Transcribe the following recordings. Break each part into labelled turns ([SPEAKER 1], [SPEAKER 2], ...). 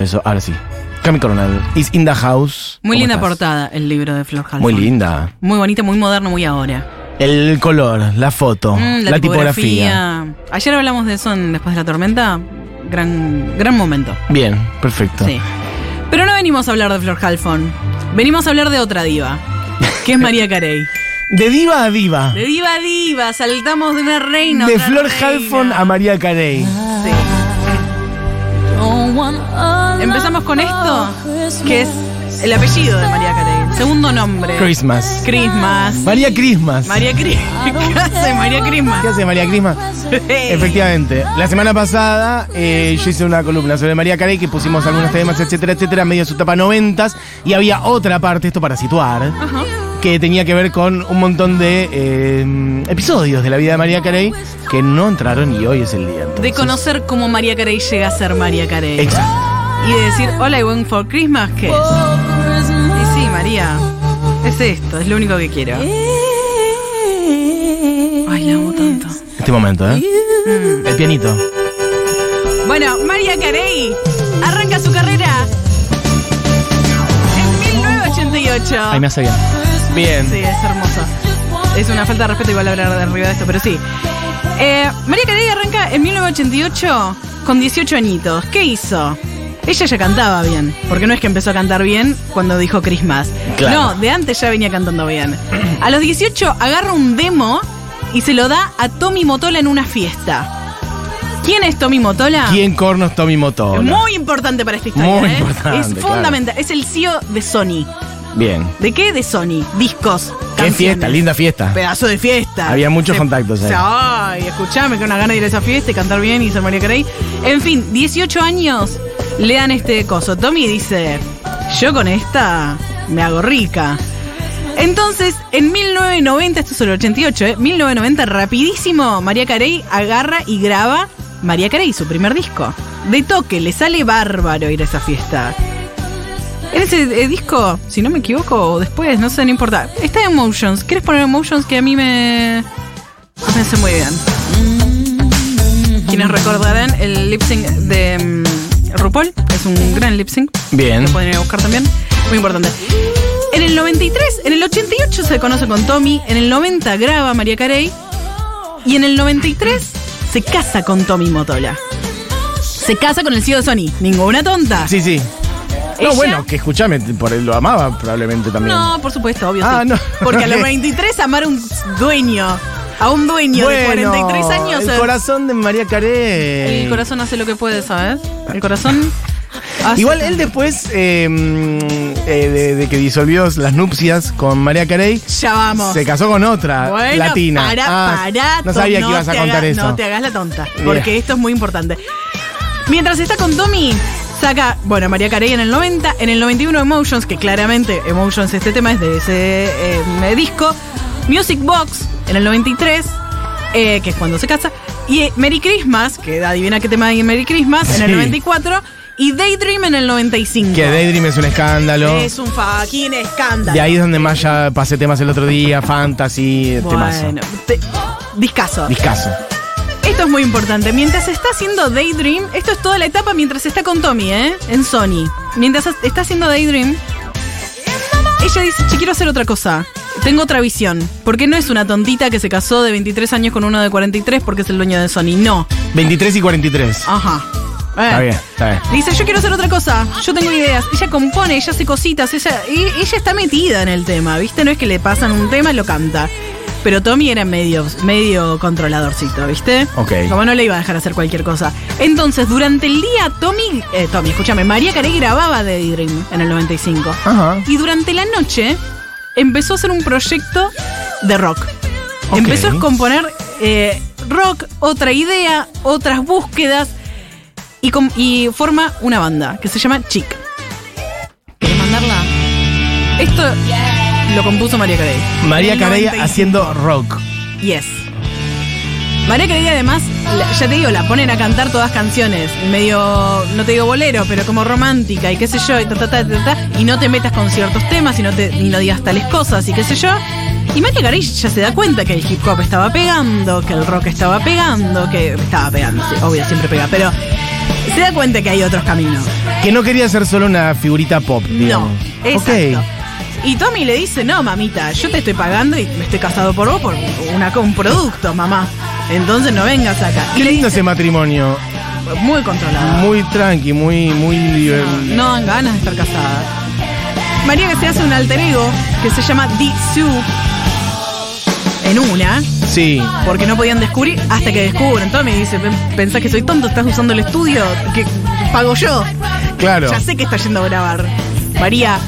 [SPEAKER 1] Eso, ahora sí. Cami Coronel is in the house.
[SPEAKER 2] Muy
[SPEAKER 1] ¿Cómo
[SPEAKER 2] linda
[SPEAKER 1] estás?
[SPEAKER 2] portada el libro de Flor Halfon.
[SPEAKER 1] Muy linda.
[SPEAKER 2] Muy bonita, muy moderno, muy ahora.
[SPEAKER 1] El color, la foto,
[SPEAKER 2] Mm,
[SPEAKER 1] Oh, la, tipografía.
[SPEAKER 2] Ayer hablamos de eso en Después de la Tormenta. Gran, gran momento.
[SPEAKER 1] Bien, perfecto.
[SPEAKER 2] Sí. Pero no venimos a hablar de Flor Halfon. Venimos a hablar de otra diva, que es María Carey.
[SPEAKER 1] De diva a diva.
[SPEAKER 2] De diva a diva, saltamos de una reina. a
[SPEAKER 1] de
[SPEAKER 2] otra
[SPEAKER 1] Flor
[SPEAKER 2] reina.
[SPEAKER 1] Halfon a María Carey.
[SPEAKER 2] Sí. Empezamos con esto, que es el apellido de María Carey. Segundo nombre.
[SPEAKER 1] Christmas.
[SPEAKER 2] Christmas.
[SPEAKER 1] María Christmas.
[SPEAKER 2] María Cris. ¿Qué hace María Crisma?
[SPEAKER 1] ¿Qué hace María Christmas? Efectivamente. La semana pasada eh, yo hice una columna sobre María Carey que pusimos algunos temas, etcétera, etcétera, medio su tapa noventas. Y había otra parte, esto para situar,
[SPEAKER 2] Ajá.
[SPEAKER 1] que tenía que ver con un montón de eh, episodios de la vida de María Carey que no entraron y hoy es el día. entonces.
[SPEAKER 2] De conocer cómo María Carey llega a ser María Carey.
[SPEAKER 1] Exacto.
[SPEAKER 2] Y de decir, hola, I went for Christmas, ¿qué es? Y sí, María, es esto, es lo único que quiero. Ay, la amo tanto.
[SPEAKER 1] Este momento, ¿eh?
[SPEAKER 2] Mm.
[SPEAKER 1] El pianito.
[SPEAKER 2] Bueno, María Carey arranca su carrera en 1988.
[SPEAKER 1] Ahí me hace bien. Bien.
[SPEAKER 2] Sí, es hermoso. Es una falta de respeto igual hablar de arriba de esto, pero sí. Eh, María Carey arranca en 1988 con 18 añitos. ¿Qué hizo? Ella ya cantaba bien, porque no es que empezó a cantar bien cuando dijo Christmas.
[SPEAKER 1] Claro.
[SPEAKER 2] No, de antes ya venía cantando bien. A los 18 agarra un demo y se lo da a Tommy Motola en una fiesta. ¿Quién es Tommy Motola?
[SPEAKER 1] ¿Quién cornos Tommy Motola?
[SPEAKER 2] Muy importante para esta historia.
[SPEAKER 1] Muy
[SPEAKER 2] ¿eh?
[SPEAKER 1] importante,
[SPEAKER 2] Es
[SPEAKER 1] claro.
[SPEAKER 2] fundamental. Es el CEO de Sony.
[SPEAKER 1] Bien.
[SPEAKER 2] ¿De qué? De Sony. Discos.
[SPEAKER 1] Qué
[SPEAKER 2] canciones.
[SPEAKER 1] fiesta, linda fiesta.
[SPEAKER 2] Pedazo de fiesta.
[SPEAKER 1] Había muchos
[SPEAKER 2] Se-
[SPEAKER 1] contactos ahí.
[SPEAKER 2] se- Ay, escuchame, que una gana de ir a esa fiesta y cantar bien y ser María Carey. En fin, 18 años le dan este coso. Tommy dice: Yo con esta me hago rica. Entonces, en 1990, esto es el 88, ¿eh? 1990, rapidísimo, María Carey agarra y graba María Carey, su primer disco. De toque, le sale bárbaro ir a esa fiesta. En ese eh, disco, si no me equivoco, o después, no sé, no importa. Está Emotions. ¿Quieres poner Emotions que a mí me. me hace muy bien?
[SPEAKER 1] Mm.
[SPEAKER 2] Quienes recordarán el lip sync de mm, RuPaul, es un gran lip sync.
[SPEAKER 1] Bien.
[SPEAKER 2] Lo pueden ir a buscar también. Muy importante. En el 93, en el 88 se conoce con Tommy, en el 90 graba María Carey y en el 93 se casa con Tommy Motola. Se casa con el CEO de Sony. Ninguna tonta.
[SPEAKER 1] Sí, sí. No,
[SPEAKER 2] Ella-
[SPEAKER 1] bueno, que escuchame, por él lo amaba probablemente también.
[SPEAKER 2] No, por supuesto, obvio.
[SPEAKER 1] Ah,
[SPEAKER 2] sí.
[SPEAKER 1] no.
[SPEAKER 2] Porque a los 23 amar a un dueño, a un dueño de 43 años.
[SPEAKER 1] El
[SPEAKER 2] eh,
[SPEAKER 1] corazón de María Carey.
[SPEAKER 2] el corazón hace lo que puede, ¿sabes? El corazón. hace-
[SPEAKER 1] Igual él después eh, mm, eh, de, de que disolvió las nupcias con María Carey,
[SPEAKER 2] Ya vamos.
[SPEAKER 1] se casó con otra
[SPEAKER 2] Bueno,
[SPEAKER 1] latina.
[SPEAKER 2] Pará,
[SPEAKER 1] Ah,
[SPEAKER 2] pará,
[SPEAKER 1] No sabía
[SPEAKER 2] no
[SPEAKER 1] que ibas a
[SPEAKER 2] te
[SPEAKER 1] contar
[SPEAKER 2] hagas-
[SPEAKER 1] eso.
[SPEAKER 2] No te hagas la tonta,
[SPEAKER 1] Bien.
[SPEAKER 2] porque esto es muy importante. Mientras está con Tommy, saca, bueno, María Carey en el 90, en el 91 Emotions, que claramente Emotions, este tema es de ese eh, disco, Music Box en el 93, eh, que es cuando se casa, y eh, Merry Christmas, que adivina qué tema hay en Merry Christmas, en
[SPEAKER 1] Sí.
[SPEAKER 2] el 94, y Daydream en el 95.
[SPEAKER 1] Que Daydream es un escándalo.
[SPEAKER 2] Es un fucking escándalo.
[SPEAKER 1] De ahí es donde más ya pasé temas el otro día, fantasy, temazo.
[SPEAKER 2] bueno, te- discaso.
[SPEAKER 1] Discaso.
[SPEAKER 2] Esto es muy importante. Mientras está haciendo Daydream, esto es toda la etapa mientras está con Tommy, ¿eh? En Sony. Mientras as- está haciendo Daydream, ella dice, che, quiero hacer otra cosa. Tengo otra visión. Porque no es una tontita que se casó de 23 años con uno de 43 porque es el dueño de Sony. No.
[SPEAKER 1] 23 y 43.
[SPEAKER 2] Ajá. Eh.
[SPEAKER 1] Está bien, está bien.
[SPEAKER 2] Dice, yo quiero hacer otra cosa, yo tengo ideas. Ella compone, ella hace cositas, ella, y- ella está metida en el tema, ¿viste? No es que le pasan un tema y lo canta. Pero Tommy era medio, medio controladorcito, ¿viste?
[SPEAKER 1] Ok.
[SPEAKER 2] Como no le iba a dejar hacer cualquier cosa. Entonces, durante el día, Tommy, eh, Tommy, escúchame, María Carey grababa Daydream en el 95.
[SPEAKER 1] Ajá.
[SPEAKER 2] Y durante la noche empezó a hacer un proyecto de rock.
[SPEAKER 1] Ok.
[SPEAKER 2] Empezó a componer eh, rock, otra idea, otras búsquedas y, com- y forma una banda que se llama Chic. ¿Querés mandarla? Esto lo compuso María Carey.
[SPEAKER 1] María
[SPEAKER 2] Del
[SPEAKER 1] Carey
[SPEAKER 2] 95.
[SPEAKER 1] haciendo rock.
[SPEAKER 2] Yes. María Carey además, la- ya te digo, la ponen a cantar todas canciones, medio, no te digo bolero, pero como romántica y qué sé yo, y, ta, ta, ta, ta, ta, y no te metas con ciertos temas y no, te, y no digas tales cosas y qué sé yo. Y María Carey ya se da cuenta que el hip hop estaba pegando, que el rock estaba pegando, que estaba pegando, sí, obvio, siempre pega, pero se da cuenta que hay otros caminos.
[SPEAKER 1] Que no quería ser solo una figurita pop. digamos.
[SPEAKER 2] No, exacto.
[SPEAKER 1] Ok.
[SPEAKER 2] Y Tommy le dice, no, mamita, yo te estoy pagando y me estoy casado por vos por una, un producto, mamá. Entonces no vengas acá. Y
[SPEAKER 1] Qué
[SPEAKER 2] le
[SPEAKER 1] lindo
[SPEAKER 2] dice,
[SPEAKER 1] ese matrimonio.
[SPEAKER 2] muy controlado.
[SPEAKER 1] Muy tranqui, muy, muy. eh,
[SPEAKER 2] No, no dan ganas de estar casadas. María que se hace un alter ego que se llama Di Su en una,
[SPEAKER 1] Sí.
[SPEAKER 2] porque no podían descubrir hasta que descubren. Tommy dice, "Pen- pensás que soy tonto, estás usando el estudio que pago yo.
[SPEAKER 1] Claro.
[SPEAKER 2] Ya sé que está yendo a grabar. María,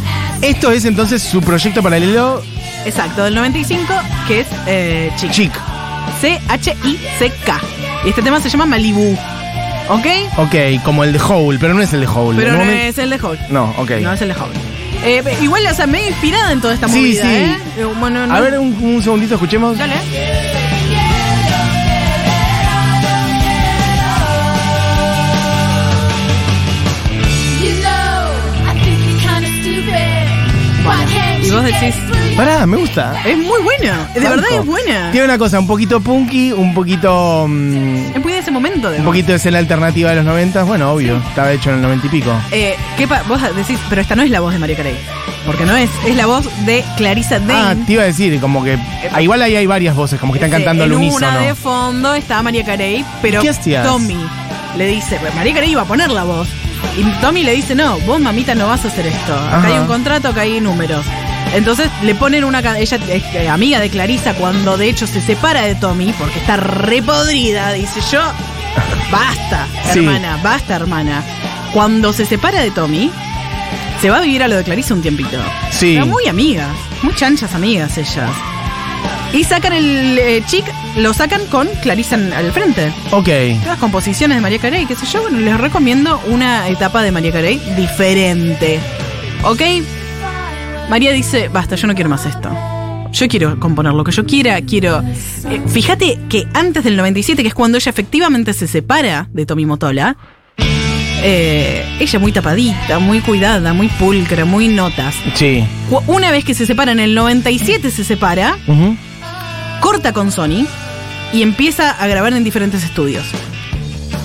[SPEAKER 1] Esto es entonces su proyecto paralelo
[SPEAKER 2] exacto, del 95, que es eh, Chic.
[SPEAKER 1] Chic.
[SPEAKER 2] C-H-I-C-K. Y este tema se llama Malibu. ¿Ok?
[SPEAKER 1] Ok, como el de Howl, pero no es el de Howl.
[SPEAKER 2] Pero
[SPEAKER 1] En
[SPEAKER 2] no
[SPEAKER 1] un momento-
[SPEAKER 2] es el de Hulk.
[SPEAKER 1] No, ok.
[SPEAKER 2] No es el de Hulk. Eh, pe- igual, o sea, medio inspirada en toda esta
[SPEAKER 1] Sí,
[SPEAKER 2] movida,
[SPEAKER 1] sí.
[SPEAKER 2] ¿eh? Eh, bueno, no-
[SPEAKER 1] A ver, un, un segundito, escuchemos.
[SPEAKER 2] Dale.
[SPEAKER 3] You know, I think you're kinda stupid. Why can't
[SPEAKER 2] y
[SPEAKER 3] you
[SPEAKER 2] vos
[SPEAKER 3] get
[SPEAKER 2] decís,
[SPEAKER 3] free?
[SPEAKER 1] Pará, me gusta.
[SPEAKER 2] es muy buena. De verdad
[SPEAKER 1] Banco.
[SPEAKER 2] es buena.
[SPEAKER 1] Tiene una cosa, un poquito punky, un poquito. mm,
[SPEAKER 2] Es muy de ese momento, de
[SPEAKER 1] un
[SPEAKER 2] verdad.
[SPEAKER 1] poquito es la alternativa de los 90. Bueno, obvio, estaba hecho en el 90 y pico.
[SPEAKER 2] Eh, ¿qué pa- vos decís, pero esta no es la voz de María Carey. Porque no es, es la voz de Clarissa
[SPEAKER 1] Ah,
[SPEAKER 2] Dane.
[SPEAKER 1] te iba a decir, como que. ah, igual ahí hay varias voces, como que están cantando al
[SPEAKER 2] Eh, en
[SPEAKER 1] unísono.
[SPEAKER 2] una de fondo está María Carey, pero
[SPEAKER 1] ¿Qué hacías?
[SPEAKER 2] Tommy le dice, pues, María Carey iba a poner la voz. Y Tommy le dice, no, vos mamita no vas a hacer esto. Acá
[SPEAKER 1] Ajá.
[SPEAKER 2] hay un contrato, acá hay números. Entonces le ponen una... ca- Ella es eh, amiga de Clarisa cuando de hecho se separa de Tommy porque está repodrida, dice yo. Basta,
[SPEAKER 1] Sí.
[SPEAKER 2] hermana, basta, hermana. Cuando se separa de Tommy, se va a vivir a lo de Clarisa un tiempito.
[SPEAKER 1] Sí.
[SPEAKER 2] Pero muy amigas, muy chanchas amigas ellas. Y sacan el eh, chic, lo sacan con Clarisa en- al frente.
[SPEAKER 1] Ok.
[SPEAKER 2] Todas composiciones de María Carey, qué sé yo, bueno, les recomiendo una etapa de María Carey diferente. ¿Ok? María dice, basta, yo no quiero más esto. Yo quiero componer lo que yo quiera, quiero... Eh, fíjate que antes del 97, que es cuando ella efectivamente se separa de Tommy Motola, eh, ella muy tapadita, muy cuidada, muy pulcra, muy notas.
[SPEAKER 1] Sí.
[SPEAKER 2] Cu- Una vez que se separa, en el 97 se separa,
[SPEAKER 1] Ujú.
[SPEAKER 2] corta con Sony y empieza a grabar en diferentes estudios.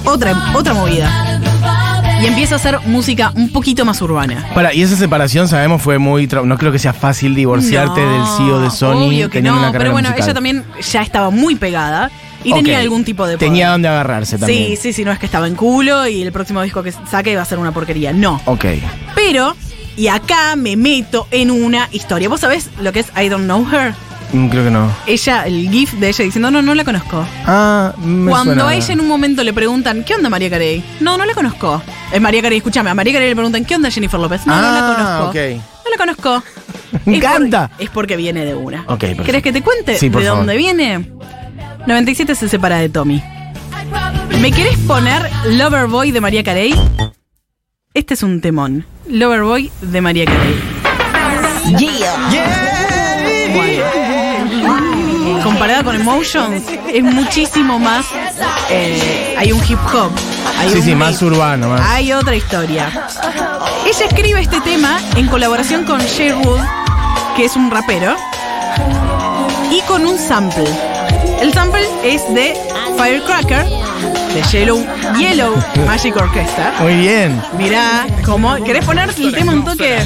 [SPEAKER 2] Otra, otra movida. Y empieza a hacer música un poquito más urbana.
[SPEAKER 1] Para, y esa separación, sabemos, fue muy. tra- No creo que sea fácil divorciarte
[SPEAKER 2] No,
[SPEAKER 1] del CEO de Sony.
[SPEAKER 2] Obvio que
[SPEAKER 1] teniendo
[SPEAKER 2] no,
[SPEAKER 1] una carrera
[SPEAKER 2] pero bueno,
[SPEAKER 1] musical.
[SPEAKER 2] ella también ya estaba muy pegada y tenía
[SPEAKER 1] Ok.
[SPEAKER 2] algún tipo de poder.
[SPEAKER 1] Tenía donde agarrarse también.
[SPEAKER 2] Sí, sí, sí, no es que estaba en culo y el próximo disco que saque va a ser una porquería. No.
[SPEAKER 1] Ok.
[SPEAKER 2] Pero, y acá me meto en una historia. ¿Vos sabés lo que es I Don't Know Her?
[SPEAKER 1] Mm, Creo que no.
[SPEAKER 2] Ella, el GIF de ella diciendo, no, no la conozco.
[SPEAKER 1] Ah, me
[SPEAKER 2] Cuando
[SPEAKER 1] suena.
[SPEAKER 2] a ella en un momento le preguntan, ¿qué onda María Carey? No, no la conozco. Es María Carey, escúchame, a María Carey le preguntan, ¿qué onda Jennifer López? No, no la
[SPEAKER 1] Ah,
[SPEAKER 2] conozco.
[SPEAKER 1] ok.
[SPEAKER 2] No la conozco.
[SPEAKER 1] Me
[SPEAKER 2] Es por-
[SPEAKER 1] encanta.
[SPEAKER 2] es porque viene de una.
[SPEAKER 1] Ok, perfecto.
[SPEAKER 2] ¿Querés que te cuente
[SPEAKER 1] Sí, por
[SPEAKER 2] de
[SPEAKER 1] favor.
[SPEAKER 2] dónde viene? 97 se separa de Tommy. ¿Me querés poner Loverboy de María Carey? Este es un temón. Loverboy de María Carey. Bueno. Comparada con Emotions, es muchísimo más. eh, hay un hip hop. Hay
[SPEAKER 1] Sí,
[SPEAKER 2] un
[SPEAKER 1] sí,
[SPEAKER 2] ritmo.
[SPEAKER 1] más urbano, más.
[SPEAKER 2] Hay otra historia. Ella escribe este tema en colaboración con Jay Wood, que es un rapero, y con un sample. El sample es de Firecracker, de Yellow, Yellow Magic Orchestra.
[SPEAKER 1] Muy bien.
[SPEAKER 2] Mirá, como ¿Querés poner el tema un toque?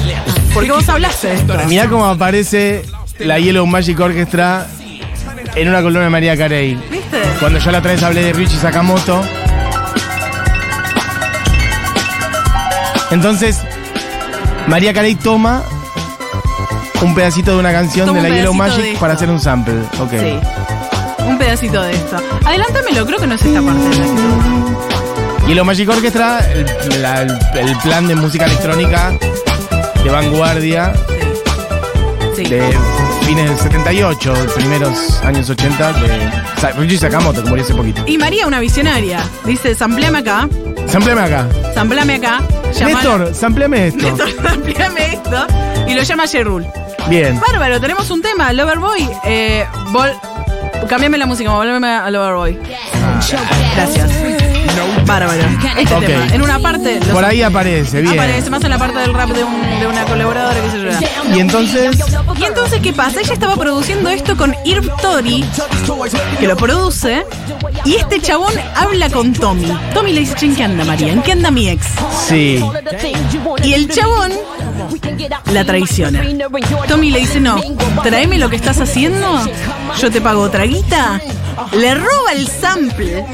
[SPEAKER 2] Porque vos hablaste de esto.
[SPEAKER 1] Mirá cómo aparece la Yellow Magic Orchestra en una columna de María Carey.
[SPEAKER 2] ¿Viste?
[SPEAKER 1] Cuando yo la otra vez hablé de Richie Sakamoto. Entonces, María Carey toma un pedacito de una canción
[SPEAKER 2] Toma
[SPEAKER 1] de
[SPEAKER 2] un
[SPEAKER 1] la Yellow
[SPEAKER 2] pedacito de
[SPEAKER 1] Magic
[SPEAKER 2] esto.
[SPEAKER 1] para hacer un sample. Ok.
[SPEAKER 2] Sí. Un pedacito de esto. Adelántamelo, creo que no es esta parte. de la que-
[SPEAKER 1] Yellow Magic Orchestra, el, la- el- el plan de música electrónica de vanguardia
[SPEAKER 2] Sí.
[SPEAKER 1] de fines del 78, primeros años 80 de Sa- Richie Sakamoto, que murió hace poquito.
[SPEAKER 2] Y María, una visionaria, dice, sampleame acá,
[SPEAKER 1] Sampleame acá.
[SPEAKER 2] sampleame acá. llamala-
[SPEAKER 1] Néstor, sampleame esto.
[SPEAKER 2] Esto, amplíame esto. Y lo llama Yerul.
[SPEAKER 1] Bien.
[SPEAKER 2] Bárbaro, tenemos un tema, Loverboy. Eh, vol- Cambiame la música, volveme a Loverboy. Gracias. Bárbaro. Este
[SPEAKER 1] Ah, Ok.
[SPEAKER 2] tema. En una parte. los-
[SPEAKER 1] Por ahí aparece, bien.
[SPEAKER 2] Aparece más en la parte del rap de, un- de una colaboradora, qué sé yo.
[SPEAKER 1] Y entonces,
[SPEAKER 2] Y entonces, ¿qué pasa? Ella estaba produciendo esto con Irv Tori, que lo produce, y este chabón habla con Tommy. Tommy le dice, "Che, ¿en qué anda María? ¿En qué anda mi ex?
[SPEAKER 1] sí.
[SPEAKER 2] Y el chabón la traiciona. Tommy le dice, no, tráeme lo que estás haciendo, yo te pago otra guita. Le roba el sample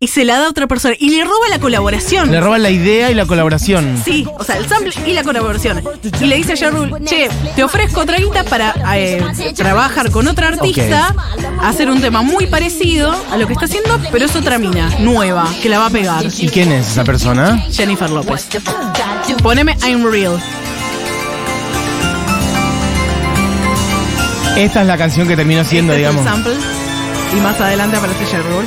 [SPEAKER 2] y se la da a otra persona. Y le roba la colaboración.
[SPEAKER 1] Le roban la idea y la colaboración.
[SPEAKER 2] Sí, o sea, el sample y la colaboración. Y le dice a Jarul, che, te ofrezco otra guita para eh, trabajar con otra artista, hacer un tema muy parecido a lo que está haciendo, pero es otra mina, nueva, que la va a pegar.
[SPEAKER 1] ¿Y quién es esa persona?
[SPEAKER 2] Jennifer López. Poneme I'm Real.
[SPEAKER 1] Esta es la canción que terminó siendo,
[SPEAKER 2] Este es el
[SPEAKER 1] digamos.
[SPEAKER 2] sample. Y más adelante aparece Jerrul.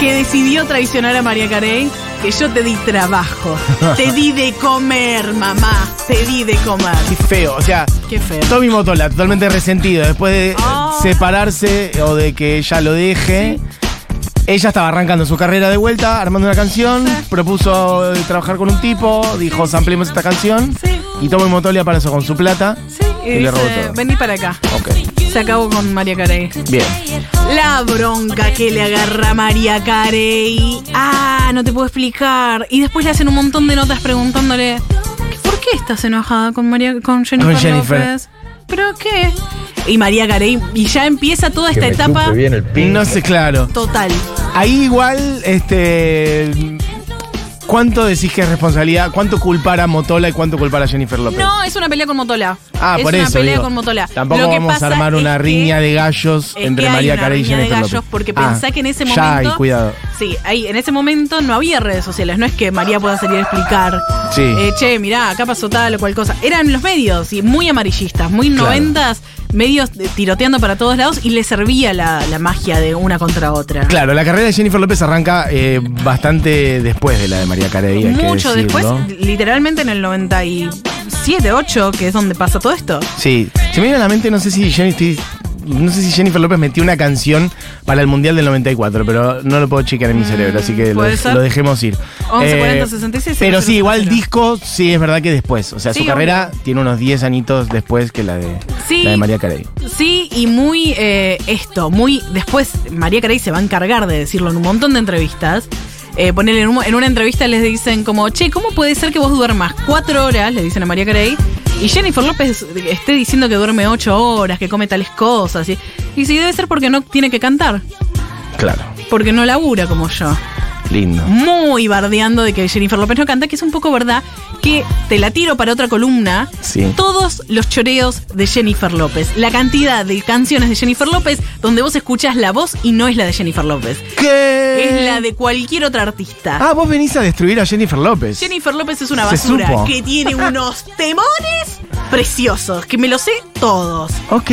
[SPEAKER 2] Que decidió traicionar a María Carey. Que yo te di trabajo. te di de comer, mamá. Te di de comer.
[SPEAKER 1] Qué feo, o sea,
[SPEAKER 2] Qué feo.
[SPEAKER 1] Tommy Motola, totalmente resentido, después de eh,
[SPEAKER 2] Ah.
[SPEAKER 1] separarse o de que ella lo deje. Ella estaba arrancando su carrera de vuelta, armando una canción, propuso eh, trabajar con un tipo, dijo, samplemos esta canción.
[SPEAKER 2] Sí.
[SPEAKER 1] Y Tommy Motola para eso con su plata.
[SPEAKER 2] Sí, y,
[SPEAKER 1] Y le
[SPEAKER 2] dice,
[SPEAKER 1] robó todo.
[SPEAKER 2] vení para acá.
[SPEAKER 1] Ok,
[SPEAKER 2] Se acabó con María Carey.
[SPEAKER 1] bien.
[SPEAKER 2] La bronca que le agarra a María Carey. Ah, no te puedo explicar. Y después le hacen un montón de notas preguntándole, ¿por qué estás enojada con María con Jennifer,
[SPEAKER 1] Con Jennifer.
[SPEAKER 2] López? ¿Pero qué? Y María Carey, y ya empieza toda esta etapa
[SPEAKER 1] No sé, claro.
[SPEAKER 2] total.
[SPEAKER 1] Ahí igual, este... ¿Cuánto decís que es responsabilidad? ¿Cuánto culpar a Motola y cuánto culpar a Jennifer López?
[SPEAKER 2] No, es una pelea con Motola.
[SPEAKER 1] Ah,
[SPEAKER 2] es
[SPEAKER 1] por
[SPEAKER 2] una
[SPEAKER 1] eso.
[SPEAKER 2] pelea
[SPEAKER 1] digo.
[SPEAKER 2] con Motola.
[SPEAKER 1] Tampoco
[SPEAKER 2] Lo que
[SPEAKER 1] vamos a
[SPEAKER 2] pasa
[SPEAKER 1] armar una
[SPEAKER 2] es que-
[SPEAKER 1] riña de gallos
[SPEAKER 2] es
[SPEAKER 1] entre
[SPEAKER 2] que hay
[SPEAKER 1] María
[SPEAKER 2] una
[SPEAKER 1] Carey y
[SPEAKER 2] riña de
[SPEAKER 1] Jennifer
[SPEAKER 2] gallos,
[SPEAKER 1] López.
[SPEAKER 2] Porque
[SPEAKER 1] Ah,
[SPEAKER 2] pensá que en ese momento.
[SPEAKER 1] ya hay, cuidado.
[SPEAKER 2] Sí, ahí, en ese momento no había redes sociales. No es que María pueda salir a explicar.
[SPEAKER 1] Sí.
[SPEAKER 2] eh, che, mirá, acá pasó tal o cual cosa. Eran los medios, y muy amarillistas, muy
[SPEAKER 1] Claro.
[SPEAKER 2] noventas, medios de- tiroteando para todos lados y le servía la, la magia de una contra otra.
[SPEAKER 1] Claro, la carrera de Jennifer López arranca eh, bastante después de la de María Carey. hay que
[SPEAKER 2] Mucho después,
[SPEAKER 1] decirlo.
[SPEAKER 2] literalmente en el 97, 8, que es donde pasa todo esto.
[SPEAKER 1] Sí. Se me viene a la mente, no sé si Jenny- estoy- No sé si Jennifer López metió una canción para el Mundial del 94, pero no lo puedo chequear en mi cerebro, así que lo,
[SPEAKER 2] ¿puede ser?
[SPEAKER 1] lo dejemos ir. Eh,
[SPEAKER 2] 11, 40, 66,
[SPEAKER 1] Pero sí,
[SPEAKER 2] 00.
[SPEAKER 1] igual disco, sí, es verdad que después. O sea,
[SPEAKER 2] Sí,
[SPEAKER 1] su carrera tiene unos 10 añitos después que la de,
[SPEAKER 2] Sí.
[SPEAKER 1] la de María Carey.
[SPEAKER 2] Sí, y muy eh, esto, muy. Después María Carey se va a encargar de decirlo en un montón de entrevistas. Eh, ponele, en, un- en una entrevista les dicen como, che, ¿cómo puede ser que vos duermas cuatro horas? Le dicen a María Carey. Y Jennifer López esté diciendo que duerme ocho horas, que come tales cosas. Y, y sí, debe ser porque no tiene que cantar,
[SPEAKER 1] Claro,
[SPEAKER 2] porque no labura como yo.
[SPEAKER 1] lindo.
[SPEAKER 2] Muy bardeando de que Jennifer López no canta, que es un poco verdad, que te la tiro para otra columna
[SPEAKER 1] Sí.
[SPEAKER 2] todos los choreos de Jennifer López. La cantidad de canciones de Jennifer López donde vos escuchás la voz y no es la de Jennifer López.
[SPEAKER 1] ¿Qué?
[SPEAKER 2] Es la de cualquier otra artista.
[SPEAKER 1] Eh. Ah, vos venís a destruir a Jennifer López.
[SPEAKER 2] Jennifer López es una
[SPEAKER 1] Se
[SPEAKER 2] basura
[SPEAKER 1] supo.
[SPEAKER 2] que tiene unos temones preciosos, que me lo sé todos.
[SPEAKER 1] Ok.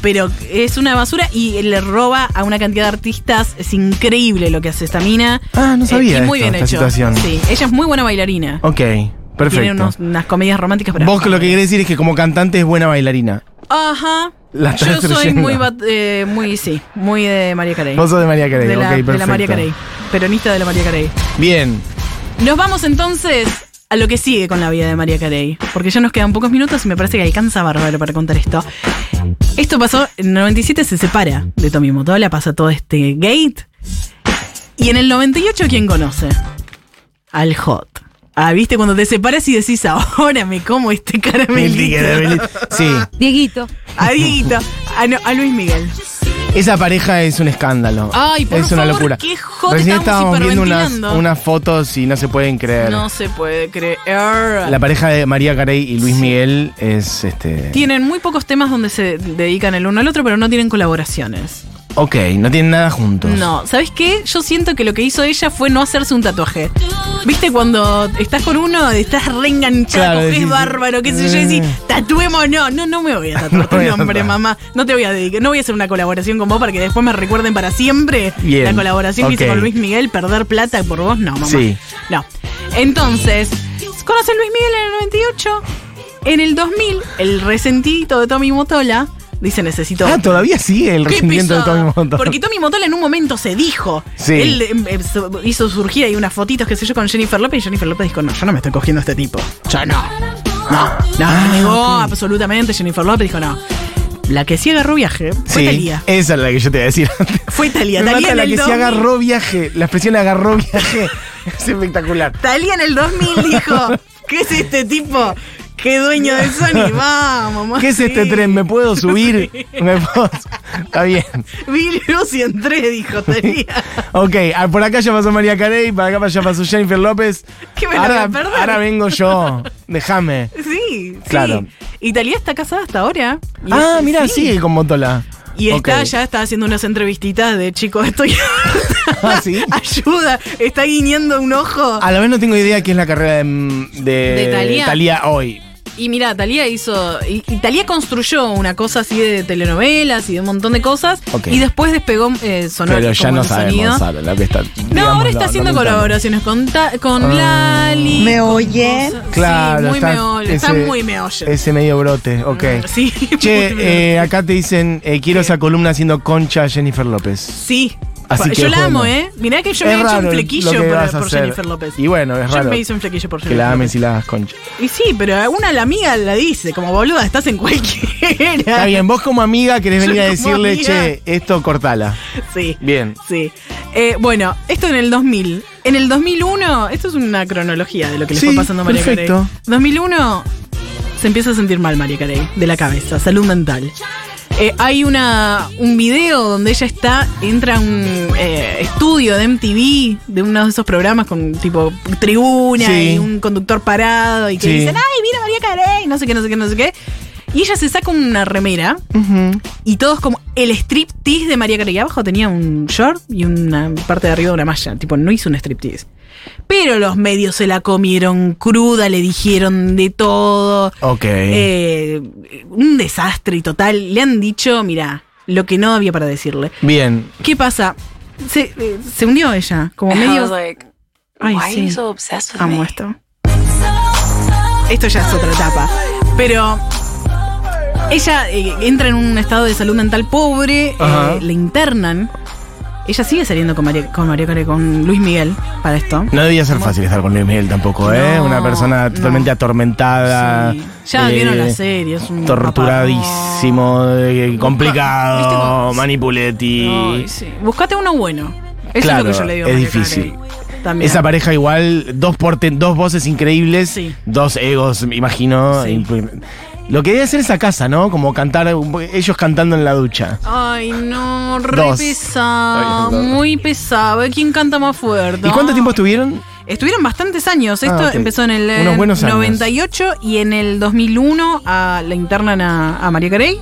[SPEAKER 2] Pero es una basura y le roba a una cantidad de artistas. Es increíble lo que hace esta mina. Eh,
[SPEAKER 1] Ah, no sabía
[SPEAKER 2] y muy
[SPEAKER 1] esto,
[SPEAKER 2] bien
[SPEAKER 1] esta
[SPEAKER 2] hecho.
[SPEAKER 1] situación.
[SPEAKER 2] Sí, ella es muy buena bailarina.
[SPEAKER 1] Ok,
[SPEAKER 2] Tiene
[SPEAKER 1] perfecto.
[SPEAKER 2] unos- unas comedias románticas. pero-
[SPEAKER 1] Vos lo que querés decir es que como cantante es buena bailarina.
[SPEAKER 2] Ajá.
[SPEAKER 1] La estás
[SPEAKER 2] Yo soy
[SPEAKER 1] destruyendo.
[SPEAKER 2] muy, bat- eh, muy, sí, muy de María Carey.
[SPEAKER 1] Vos sos de María Carey,
[SPEAKER 2] de,
[SPEAKER 1] ok,
[SPEAKER 2] la, de la
[SPEAKER 1] perfecto.
[SPEAKER 2] María Carey. Peronista de la María Carey.
[SPEAKER 1] Bien.
[SPEAKER 2] Nos vamos entonces a lo que sigue con la vida de María Carey. Porque ya nos quedan pocos minutos y me parece que alcanza bárbaro para contar esto. Esto pasó en el 97, se separa de Tommy Motola, pasa todo este gate. Y en el 98, ¿quién conoce? Al Hot. Ah, viste, cuando te separas y decís, ahora me como este caramelito.
[SPEAKER 1] Melito. Sí,
[SPEAKER 4] Dieguito.
[SPEAKER 2] A Dieguito, a, no- a Luis Miguel.
[SPEAKER 1] esa pareja es un escándalo.
[SPEAKER 2] Ay, por
[SPEAKER 1] Es una
[SPEAKER 2] favor,
[SPEAKER 1] locura.
[SPEAKER 2] qué joda,
[SPEAKER 1] Recién
[SPEAKER 2] estábamos
[SPEAKER 1] estábamos viendo unas,
[SPEAKER 2] hiperventilando.
[SPEAKER 1] unas fotos y no se pueden creer.
[SPEAKER 2] No se puede creer.
[SPEAKER 1] La pareja de María Carey y Luis Miguel es este.
[SPEAKER 2] Tienen muy pocos temas donde se dedican el uno al otro, pero no tienen colaboraciones.
[SPEAKER 1] Ok, no tienen nada juntos.
[SPEAKER 2] No, ¿sabes qué? Yo siento que lo que hizo ella fue no hacerse un tatuaje. ¿Viste cuando estás con uno, estás
[SPEAKER 1] Claro,
[SPEAKER 2] reenganchado, que es
[SPEAKER 1] decís,
[SPEAKER 2] bárbaro, qué sé yo,
[SPEAKER 1] eh.
[SPEAKER 2] y decís, tatuemos, no, no, no me voy a
[SPEAKER 1] No
[SPEAKER 2] tatuar tu
[SPEAKER 1] voy a
[SPEAKER 2] nombre,
[SPEAKER 1] tatuar.
[SPEAKER 2] mamá. No te voy a dedicar, no voy a hacer una colaboración con vos para que después me recuerden para siempre
[SPEAKER 1] Bien,
[SPEAKER 2] la colaboración que hice
[SPEAKER 1] ok.
[SPEAKER 2] con Luis Miguel, perder plata por vos, no, mamá.
[SPEAKER 1] Sí.
[SPEAKER 2] No. Entonces, conoce a Luis Miguel en el 98. En el 2000, el resentidito de Tommy Motola dice necesito.
[SPEAKER 1] Ah,
[SPEAKER 2] otra.
[SPEAKER 1] todavía sigue el
[SPEAKER 2] ¡Qué
[SPEAKER 1] rendimiento de
[SPEAKER 2] pesado!
[SPEAKER 1] Tommy Motola.
[SPEAKER 2] Porque Tommy Motola en un momento se dijo.
[SPEAKER 1] Sí.
[SPEAKER 2] Él eh, eh, so- hizo surgir ahí unas fotitos, qué sé yo, con Jennifer López. Y Jennifer López dijo: No, yo no me estoy cogiendo a este tipo. Yo no. No, no,
[SPEAKER 1] Ah,
[SPEAKER 2] negó
[SPEAKER 1] ok.
[SPEAKER 2] absolutamente. Jennifer López dijo: No. La que sí agarró viaje eh, fue
[SPEAKER 1] Sí,
[SPEAKER 2] Talía.
[SPEAKER 1] esa es la que yo te iba a decir antes.
[SPEAKER 2] Fue Talía.
[SPEAKER 1] Me
[SPEAKER 2] Talía
[SPEAKER 1] mata
[SPEAKER 2] en
[SPEAKER 1] la
[SPEAKER 2] el
[SPEAKER 1] que se
[SPEAKER 2] 2000.
[SPEAKER 1] agarró viaje. La expresión agarró viaje es espectacular.
[SPEAKER 2] Talía en el 2000 dijo: ¿Qué es este tipo? ¿Qué dueño de Sony? Vamos,
[SPEAKER 1] ¿Qué es este
[SPEAKER 2] Maxi.
[SPEAKER 1] tren? ¿Me puedo subir? ¿Me puedo? Está bien.
[SPEAKER 2] Vi luz y entré, dijo Talía.
[SPEAKER 1] Ok, ah, por acá ya pasó María Carey, por acá ya pasó Jennifer López.
[SPEAKER 2] ¿Qué me la
[SPEAKER 1] ahora,
[SPEAKER 2] voy a perder?
[SPEAKER 1] ahora vengo yo. Déjame.
[SPEAKER 2] Sí,
[SPEAKER 1] Claro.
[SPEAKER 2] sí. Italia está casada hasta ahora. Y
[SPEAKER 1] Ah,
[SPEAKER 2] es-
[SPEAKER 1] mira,
[SPEAKER 2] sí.
[SPEAKER 1] sigue con Motola.
[SPEAKER 2] Y está,
[SPEAKER 1] Ok.
[SPEAKER 2] ya está haciendo unas entrevistitas de chico, estoy.
[SPEAKER 1] Ah, ¿sí? Ah.
[SPEAKER 2] Ayuda, está guiñando un ojo.
[SPEAKER 1] A la vez no tengo idea qué es la carrera de, de,
[SPEAKER 2] De Thalía.
[SPEAKER 1] Thalía hoy.
[SPEAKER 2] Y mira, Talía hizo. y- y Thalía construyó una cosa así de telenovelas y de un montón de cosas.
[SPEAKER 1] Ok.
[SPEAKER 2] Y después despegó eh, sonoro.
[SPEAKER 1] Pero ya
[SPEAKER 2] como
[SPEAKER 1] no
[SPEAKER 2] el sonido.
[SPEAKER 1] sabemos, ah, Sara, lo que está.
[SPEAKER 2] No,
[SPEAKER 1] digamos,
[SPEAKER 2] ahora está
[SPEAKER 1] lo-
[SPEAKER 2] haciendo
[SPEAKER 1] lo que está-
[SPEAKER 2] colaboraciones con, ta- con
[SPEAKER 1] Ah.
[SPEAKER 2] Lali.
[SPEAKER 4] ¿Me
[SPEAKER 2] con
[SPEAKER 4] oyen?
[SPEAKER 2] cosas-
[SPEAKER 1] Claro,
[SPEAKER 2] sí, muy
[SPEAKER 1] está,
[SPEAKER 2] me oyen, está
[SPEAKER 1] ese-
[SPEAKER 2] muy me oyen.
[SPEAKER 1] Ese medio brote, ok.
[SPEAKER 2] Sí,
[SPEAKER 1] Che,
[SPEAKER 2] muy me
[SPEAKER 1] eh, acá te dicen, eh, quiero esa columna haciendo concha a Jennifer López.
[SPEAKER 2] Sí.
[SPEAKER 1] Así que
[SPEAKER 2] yo la amo,
[SPEAKER 1] bueno.
[SPEAKER 2] ¿eh? Mirá que
[SPEAKER 1] Es
[SPEAKER 2] yo me he hecho
[SPEAKER 1] raro
[SPEAKER 2] un
[SPEAKER 1] lo
[SPEAKER 2] flequillo
[SPEAKER 1] que
[SPEAKER 2] por,
[SPEAKER 1] vas a
[SPEAKER 2] por
[SPEAKER 1] hacer.
[SPEAKER 2] Jennifer López.
[SPEAKER 1] Y bueno, es
[SPEAKER 2] yo
[SPEAKER 1] raro
[SPEAKER 2] me hice un flequillo por
[SPEAKER 1] Que
[SPEAKER 2] Jennifer
[SPEAKER 1] la ames
[SPEAKER 2] López.
[SPEAKER 1] y la hagas concha.
[SPEAKER 2] Y sí, pero una la amiga la dice, como boluda, estás en cualquiera.
[SPEAKER 1] Está bien, vos como amiga querés
[SPEAKER 2] Yo
[SPEAKER 1] venir a
[SPEAKER 2] como
[SPEAKER 1] decirle,
[SPEAKER 2] amiga.
[SPEAKER 1] che, esto cortala.
[SPEAKER 2] Sí.
[SPEAKER 1] Bien.
[SPEAKER 2] Sí. Eh, bueno, esto en el 2000. En el 2001, esto es una cronología de lo que le
[SPEAKER 1] Sí,
[SPEAKER 2] fue pasando a María
[SPEAKER 1] perfecto.
[SPEAKER 2] Carey. 2001 se empieza a sentir mal María Carey, de la cabeza, salud mental. Eh, hay una, un video donde ella está, entra a un eh, estudio de MTV, de uno de esos programas con tipo tribuna
[SPEAKER 1] Sí.
[SPEAKER 2] y un conductor parado y que
[SPEAKER 1] Sí.
[SPEAKER 2] dicen, ay, mira María Carey, no sé qué, no sé qué, no sé qué. Y ella se saca una remera y todos como el striptease de María Carey. Abajo tenía un short y una parte de arriba de una malla. Tipo, no hizo un striptease. Pero los medios se la comieron cruda, le dijeron de todo.
[SPEAKER 1] Ok.
[SPEAKER 2] Eh, un desastre total. Le han dicho, mira, lo que no había para decirle.
[SPEAKER 1] bien.
[SPEAKER 2] ¿Qué pasa? Se, eh, se hundió ella, como
[SPEAKER 5] And I
[SPEAKER 2] medio...
[SPEAKER 5] was like,
[SPEAKER 2] Ay,
[SPEAKER 5] why are you
[SPEAKER 2] sí.
[SPEAKER 5] so obsessed with me?
[SPEAKER 2] Amo esto. Esto ya es otra etapa. Pero ella eh, entra en un estado de salud mental pobre, eh,
[SPEAKER 1] Ajá.
[SPEAKER 2] la internan. Ella sigue saliendo con María, con María Carey, con Luis Miguel para esto.
[SPEAKER 1] No debía ser fácil estar con Luis Miguel tampoco, ¿eh?
[SPEAKER 2] No,
[SPEAKER 1] Una persona
[SPEAKER 2] no.
[SPEAKER 1] totalmente atormentada.
[SPEAKER 2] Sí. Ya
[SPEAKER 1] eh,
[SPEAKER 2] vieron la serie, es un
[SPEAKER 1] Torturadísimo, eh,
[SPEAKER 2] ¿Viste
[SPEAKER 1] complicado,
[SPEAKER 2] cómo-
[SPEAKER 1] manipuleti.
[SPEAKER 2] papá. Ay, sí. Buscate uno bueno. Eso
[SPEAKER 1] Claro,
[SPEAKER 2] es lo que yo le digo. a
[SPEAKER 1] es
[SPEAKER 2] María Carey.
[SPEAKER 1] difícil.
[SPEAKER 2] También.
[SPEAKER 1] Esa pareja igual, dos, porten, dos voces increíbles,
[SPEAKER 2] Sí.
[SPEAKER 1] dos egos, me imagino.
[SPEAKER 2] Sí.
[SPEAKER 1] imp- Lo que debe hacer esa casa, ¿no? Como cantar, un- ellos cantando en la ducha.
[SPEAKER 2] Ay, no, re
[SPEAKER 1] Dos.
[SPEAKER 2] pesado,
[SPEAKER 1] Ay, no.
[SPEAKER 2] muy pesado. A ver ¿Quién canta más fuerte?
[SPEAKER 1] ¿Y cuánto
[SPEAKER 2] Ay.
[SPEAKER 1] tiempo estuvieron?
[SPEAKER 2] Estuvieron bastantes años. Esto
[SPEAKER 1] Ah, ok.
[SPEAKER 2] empezó en el eh,
[SPEAKER 1] Unos buenos años.
[SPEAKER 2] 98 y en el 2001 a, la internan a, a María Carey.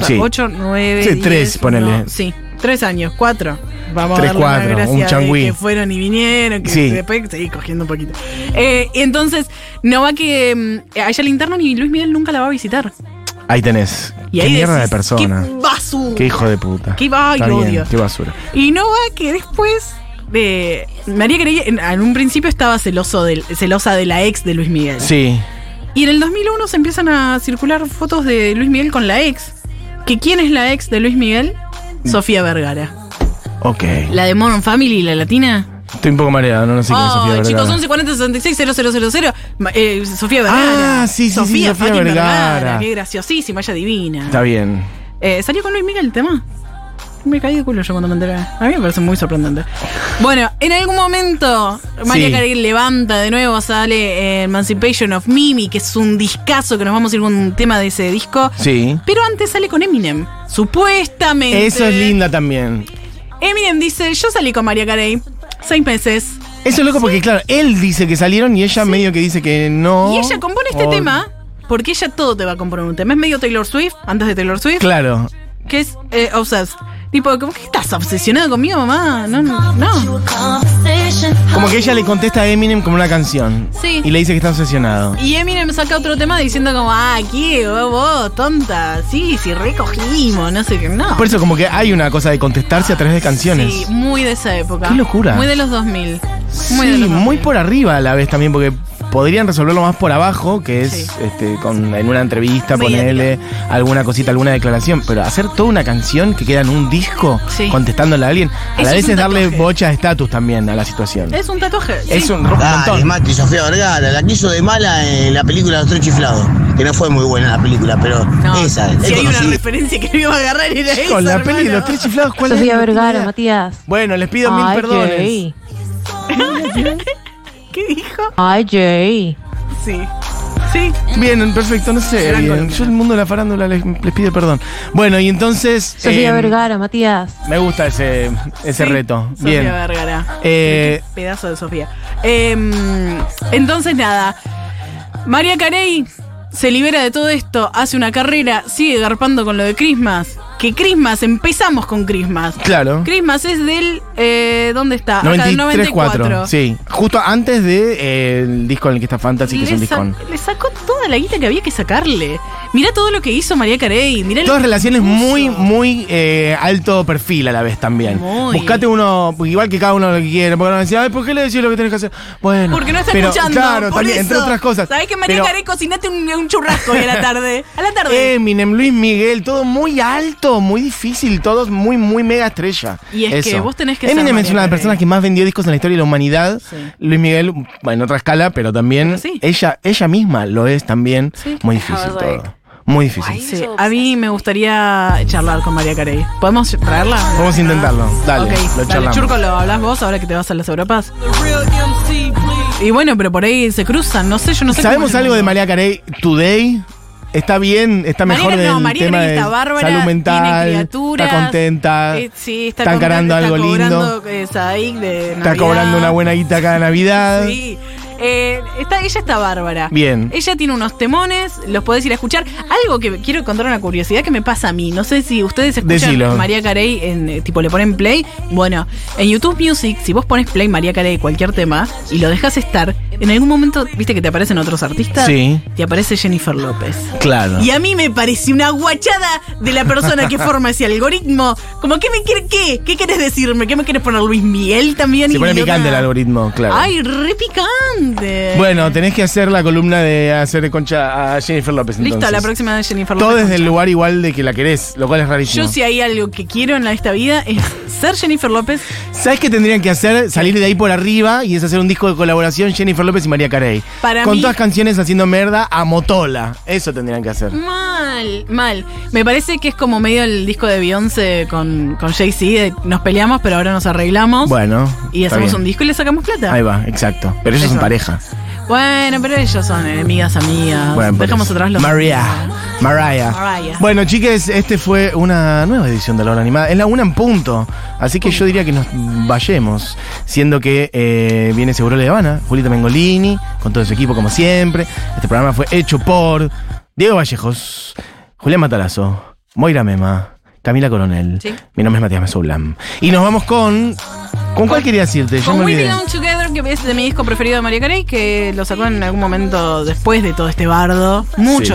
[SPEAKER 2] O
[SPEAKER 1] Sí.
[SPEAKER 2] sea, 8, 9,
[SPEAKER 1] Sí, tres, ponele.
[SPEAKER 2] sí, tres años, cuatro. Vamos
[SPEAKER 1] Tres,
[SPEAKER 2] a darle una
[SPEAKER 1] cuatro,
[SPEAKER 2] gracia
[SPEAKER 1] un
[SPEAKER 2] de
[SPEAKER 1] changüí.
[SPEAKER 2] que fueron y vinieron, que
[SPEAKER 1] Sí.
[SPEAKER 2] después seguí cogiendo un poquito. Eh, entonces, no va que mm, a ella la internan y Luis Miguel nunca la va a visitar.
[SPEAKER 1] Ahí tenés.
[SPEAKER 2] Y
[SPEAKER 1] qué
[SPEAKER 2] ahí
[SPEAKER 1] mierda de
[SPEAKER 2] decís,
[SPEAKER 1] persona.
[SPEAKER 2] Qué basura.
[SPEAKER 1] Qué hijo de puta.
[SPEAKER 2] Qué- ay,
[SPEAKER 1] Está
[SPEAKER 2] qué
[SPEAKER 1] bien,
[SPEAKER 2] odio.
[SPEAKER 1] Qué basura.
[SPEAKER 2] Y no va que después de. María Carey en, en un principio estaba celoso del- celosa de la ex de Luis Miguel.
[SPEAKER 1] Sí.
[SPEAKER 2] Y en el 2001 se empiezan a circular fotos de Luis Miguel con la ex. ¿Que quién es la ex de Luis Miguel?
[SPEAKER 1] Mm.
[SPEAKER 2] Sofía Vergara.
[SPEAKER 1] Ok.
[SPEAKER 2] La de Modern Family, la latina.
[SPEAKER 1] Estoy un poco mareado, no, no sé quién es Sofía
[SPEAKER 2] Ay,
[SPEAKER 1] Vergara.
[SPEAKER 2] chicos, 1140 66 0000. Ma- eh, Sofía Vergara.
[SPEAKER 1] Ah, sí, sí, sí, Sofía
[SPEAKER 2] fucking
[SPEAKER 1] Vergara.
[SPEAKER 2] Qué graciosísima, ella divina.
[SPEAKER 1] Está bien.
[SPEAKER 2] Eh, salió con Luis Miguel el tema. Me caí de culo yo cuando me enteré. A mí me parece muy sorprendente. Bueno, en algún momento María
[SPEAKER 1] Sí.
[SPEAKER 2] Carey levanta de nuevo, sale eh, Emancipation of Mimi, que es un discazo que nos vamos a ir con un tema de ese disco.
[SPEAKER 1] Sí.
[SPEAKER 2] Pero antes sale con Eminem, supuestamente.
[SPEAKER 1] Eso es linda también.
[SPEAKER 2] Eminem dice, yo salí con María Carey seis meses.
[SPEAKER 1] Eso es loco porque, claro, él dice que salieron y ella medio que dice que no.
[SPEAKER 2] y ella compone este
[SPEAKER 1] O-
[SPEAKER 2] tema, porque ella todo te va a componer un tema. Es medio Taylor Swift, antes de Taylor Swift.
[SPEAKER 1] Claro.
[SPEAKER 2] que es eh, obsessed. Tipo, ¿cómo que estás obsesionado conmigo, mamá? No, no, no.
[SPEAKER 1] Como que ella le contesta a Eminem como una canción.
[SPEAKER 2] Sí.
[SPEAKER 1] Y le dice que está obsesionado.
[SPEAKER 2] Y Eminem saca otro tema diciendo como, ah, ¿qué? Vos, vos, tonta. Sí, sí, recogimos, no sé qué. No.
[SPEAKER 1] Por eso como que hay una cosa de contestarse a través de canciones.
[SPEAKER 2] Sí, muy de esa época.
[SPEAKER 1] Qué locura.
[SPEAKER 2] Muy de los 2000. Muy
[SPEAKER 1] Sí,
[SPEAKER 2] de los 2000.
[SPEAKER 1] muy por arriba a la vez también porque podrían resolverlo más por abajo, que es
[SPEAKER 2] Sí.
[SPEAKER 1] este, con, en una entrevista,
[SPEAKER 2] Muy
[SPEAKER 1] ponerle alguna cosita, alguna declaración, pero hacer toda una canción que queda en un disco
[SPEAKER 2] Sí.
[SPEAKER 1] contestándole a alguien, a
[SPEAKER 2] Eso
[SPEAKER 1] la
[SPEAKER 2] es
[SPEAKER 1] vez
[SPEAKER 2] un
[SPEAKER 1] es darle
[SPEAKER 2] tatuaje.
[SPEAKER 1] bocha de estatus también a la situación. Es,
[SPEAKER 2] Es un tatuaje. sí.
[SPEAKER 1] un, un
[SPEAKER 4] Dale,
[SPEAKER 1] montón.
[SPEAKER 4] Mati, Sofía Vergara, la quiso de mala en la película Los Tres Chiflados, que no fue muy buena la película, pero
[SPEAKER 2] No,
[SPEAKER 4] esa, es
[SPEAKER 2] si hay una
[SPEAKER 4] conocida.
[SPEAKER 2] referencia que no iba a agarrar era esa,
[SPEAKER 1] Con la peli de
[SPEAKER 2] hermano.
[SPEAKER 1] los tres chiflados, ¿cuál es?
[SPEAKER 5] Sofía
[SPEAKER 1] No tengo
[SPEAKER 5] Vergara,
[SPEAKER 1] idea.
[SPEAKER 5] Matías.
[SPEAKER 1] Bueno, les pido mil
[SPEAKER 5] Ay,
[SPEAKER 1] perdones.
[SPEAKER 5] Jay.
[SPEAKER 2] ¿Qué dijo?
[SPEAKER 5] Ay, Jay.
[SPEAKER 2] Sí. Sí.
[SPEAKER 1] Bien, perfecto, no sé.
[SPEAKER 2] Gran
[SPEAKER 1] bien.
[SPEAKER 2] columna.
[SPEAKER 1] Yo el mundo de la farándula les, les pido perdón. Bueno, y entonces.
[SPEAKER 5] Sofía
[SPEAKER 1] eh,
[SPEAKER 5] Vergara, Matías.
[SPEAKER 1] Me gusta ese, ese
[SPEAKER 2] Sí,
[SPEAKER 1] reto.
[SPEAKER 2] Sofía
[SPEAKER 1] Bien.
[SPEAKER 2] Vergara.
[SPEAKER 1] Eh,
[SPEAKER 2] Qué Pedazo de Sofía. Em, entonces, nada. María Carey se libera de todo esto, hace una carrera, sigue garpando con lo de Christmas. Que Christmas, empezamos con Christmas.
[SPEAKER 1] claro.
[SPEAKER 2] Christmas es del. eh, ¿Dónde está? Acá, del
[SPEAKER 1] 93-4. Sí. Justo antes del de, eh, el disco en el que está Fantasy, que es un
[SPEAKER 2] le, sa-
[SPEAKER 1] discón.
[SPEAKER 2] le sacó toda la guita que había que sacarle. Mirá todo lo que hizo María Carey. Mirá lo
[SPEAKER 1] Todas
[SPEAKER 2] que
[SPEAKER 1] relaciones
[SPEAKER 2] puso.
[SPEAKER 1] muy, muy eh, alto perfil a la vez también.
[SPEAKER 2] Muy.
[SPEAKER 1] Buscate uno, igual que cada uno lo que quiera. Porque no decía, "Ay, ¿por qué le decís lo que tenés que hacer? Bueno.
[SPEAKER 2] Porque no está
[SPEAKER 1] pero,
[SPEAKER 2] escuchando.
[SPEAKER 1] Claro,
[SPEAKER 2] por
[SPEAKER 1] también,
[SPEAKER 2] eso.
[SPEAKER 1] entre otras cosas.
[SPEAKER 2] Sabés que María
[SPEAKER 1] Pero- Eh,
[SPEAKER 2] Carey cocinate un, un churrasco hoy a la tarde. A la tarde.
[SPEAKER 1] Eminem, Luis Miguel, todo muy alto, muy difícil, todos muy, muy mega estrella.
[SPEAKER 2] Y es que vos tenés que ser
[SPEAKER 1] Eminem es una
[SPEAKER 2] Mariah
[SPEAKER 1] de las
[SPEAKER 2] Carey.
[SPEAKER 1] personas que más vendió discos en la historia de la humanidad.
[SPEAKER 2] Sí.
[SPEAKER 1] Luis Miguel, bueno, en otra escala, pero también
[SPEAKER 2] Pero sí.
[SPEAKER 1] ella, ella misma lo es también.
[SPEAKER 2] Sí.
[SPEAKER 1] Muy difícil
[SPEAKER 5] I was like,
[SPEAKER 1] todo. Muy difícil.
[SPEAKER 2] Sí, a mí me gustaría charlar con María Carey. ¿Podemos traerla?
[SPEAKER 1] Vamos a intentarlo. Dale,
[SPEAKER 2] Ok,
[SPEAKER 1] lo
[SPEAKER 2] dale,
[SPEAKER 1] charlamos.
[SPEAKER 2] Churco, lo hablas vos ahora que te vas a las Europas. Y bueno, pero por ahí se cruzan, no sé, yo no sé.
[SPEAKER 1] ¿Sabemos algo de Mariah Carey Today? ¿Está bien? ¿Está
[SPEAKER 2] María
[SPEAKER 1] mejor
[SPEAKER 2] Carey-
[SPEAKER 1] del
[SPEAKER 2] no, María
[SPEAKER 1] tema
[SPEAKER 2] Carey
[SPEAKER 1] de
[SPEAKER 2] está bárbara,
[SPEAKER 1] salud mental?
[SPEAKER 2] tiene criaturas,
[SPEAKER 1] está contenta.
[SPEAKER 2] Eh, sí, está
[SPEAKER 1] está encarando
[SPEAKER 2] cobrando-
[SPEAKER 1] algo
[SPEAKER 2] está
[SPEAKER 1] lindo.
[SPEAKER 2] cobrando, eh, Sadik de
[SPEAKER 1] Está
[SPEAKER 2] Navidad.
[SPEAKER 1] cobrando una buena guita cada Navidad.
[SPEAKER 2] Sí. Eh, está, ella está bárbara.
[SPEAKER 1] Bien.
[SPEAKER 2] Ella tiene unos temones, los podés ir a escuchar. Algo que quiero contar una curiosidad que me pasa a mí. No sé si ustedes escuchan
[SPEAKER 1] Decilo.
[SPEAKER 2] María Carey, en, eh, tipo le ponen play. Bueno, en YouTube Music, si vos pones play María Carey cualquier tema y lo dejas estar, en algún momento, viste que te aparecen otros artistas.
[SPEAKER 1] Sí.
[SPEAKER 2] Te aparece Jennifer López.
[SPEAKER 1] Claro.
[SPEAKER 2] Y a mí me parece una guachada de la persona que forma ese algoritmo. Como, ¿qué me quiere, qué? ¿Qué querés decirme? ¿Qué me quieres poner Luis Miguel también?
[SPEAKER 1] Se pone
[SPEAKER 2] idiota?
[SPEAKER 1] picante el algoritmo, claro.
[SPEAKER 2] Ay, eh. re picante.
[SPEAKER 1] Bueno, tenés que hacer la columna de hacer concha a Jennifer López.
[SPEAKER 2] Listo,
[SPEAKER 1] entonces.
[SPEAKER 2] la próxima de Jennifer
[SPEAKER 1] Todo
[SPEAKER 2] López.
[SPEAKER 1] desde el lugar igual de que la querés, lo cual es rarísimo.
[SPEAKER 2] Yo si hay algo que quiero en la- esta vida es ser Jennifer López.
[SPEAKER 1] ¿Sabes qué tendrían que hacer? Salir de ahí por arriba y es hacer un disco de colaboración Jennifer López y María Carey.
[SPEAKER 2] Para
[SPEAKER 1] Con
[SPEAKER 2] mí-
[SPEAKER 1] todas canciones haciendo merda a Motola. Eso tendrían que hacer.
[SPEAKER 2] Mal, mal. Me parece que es como medio el disco de Beyoncé con, con Jay-Z. de Nos peleamos, pero ahora nos arreglamos.
[SPEAKER 1] Bueno.
[SPEAKER 2] Y
[SPEAKER 1] está
[SPEAKER 2] hacemos
[SPEAKER 1] bien.
[SPEAKER 2] un disco y le sacamos plata.
[SPEAKER 1] Ahí va, exacto. Pero ellos son
[SPEAKER 2] Eso.
[SPEAKER 1] pareja.
[SPEAKER 2] Bueno, pero ellos son enemigas, amigas.
[SPEAKER 1] Bueno, por
[SPEAKER 2] Dejamos
[SPEAKER 1] eso.
[SPEAKER 2] atrás los.
[SPEAKER 1] María. Mariah.
[SPEAKER 2] Mariah.
[SPEAKER 1] Bueno, chiques, este fue una nueva edición de La Hora Animada. Es la una en punto. Así que yo diría que nos vayemos. Siendo que eh, viene Seguro Le Habana, Julieta Mengolini, con todo su equipo, como siempre. Este programa fue hecho por Diego Vallejos, Julián Matarazo, Moira Mema, Camila Coronel.
[SPEAKER 2] Sí.
[SPEAKER 1] Mi nombre es Matías Mesulam. Y nos vamos con. ¿Con cuál quería decirte? Yo
[SPEAKER 2] Con
[SPEAKER 1] me
[SPEAKER 2] We
[SPEAKER 1] olvidé.
[SPEAKER 2] Belong Together, que es de mi disco preferido de María Carey, que lo sacó en algún momento después de todo este bardo, mucho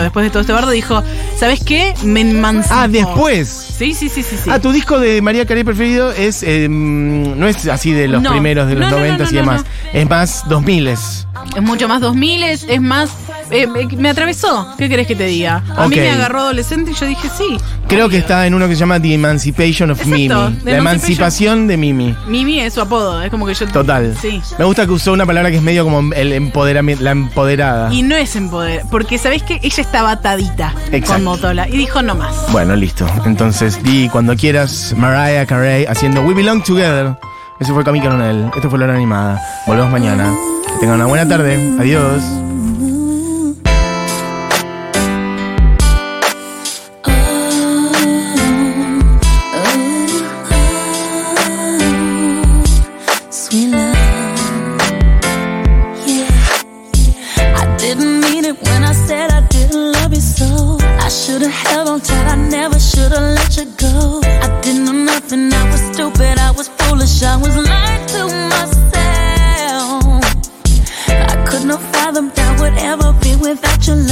[SPEAKER 1] Sí.
[SPEAKER 2] después de todo este bardo, dijo, ¿sabes qué? Me emancipo".
[SPEAKER 1] Ah, después.
[SPEAKER 2] Sí, sí, sí, sí. sí.
[SPEAKER 1] Ah, tu disco de María Carey preferido es eh, mm, no es así de los
[SPEAKER 2] No.
[SPEAKER 1] primeros de los
[SPEAKER 2] No, no, no,
[SPEAKER 1] 90 y
[SPEAKER 2] no, no,
[SPEAKER 1] demás. Es más 2000 es.
[SPEAKER 2] Es mucho más 2000, es, es más... eh, me, me atravesó, ¿qué querés que te diga? A mí
[SPEAKER 1] Ok.
[SPEAKER 2] me agarró adolescente y yo dije, sí.
[SPEAKER 1] Creo que está en uno que se llama The Emancipation of
[SPEAKER 2] Exacto,
[SPEAKER 1] Mimi. La
[SPEAKER 2] The
[SPEAKER 1] emancipación de Mimi.
[SPEAKER 2] Mimi es su apodo, es como que yo...
[SPEAKER 1] Total.
[SPEAKER 2] Sí.
[SPEAKER 1] Me gusta que usó una palabra que es medio como el empoderamiento, la empoderada.
[SPEAKER 2] Y no es en poder, porque sabés que ella estaba atadita
[SPEAKER 1] Exacto.
[SPEAKER 2] con Motola y dijo no más.
[SPEAKER 1] Bueno, listo. Entonces, di cuando quieras Mariah Carey haciendo We Belong Together. Eso fue Camila Coronel. Esto fue La Hora Animada. Volvemos mañana. Que tengan una buena tarde. Adiós.
[SPEAKER 6] Sweet love, yeah. I didn't mean it when I said I didn't love you so. I should've held on tight, I never should've let you go. I didn't know nothing, I was stupid, I was foolish, I was lying to myself. I could not fathom that would ever be without your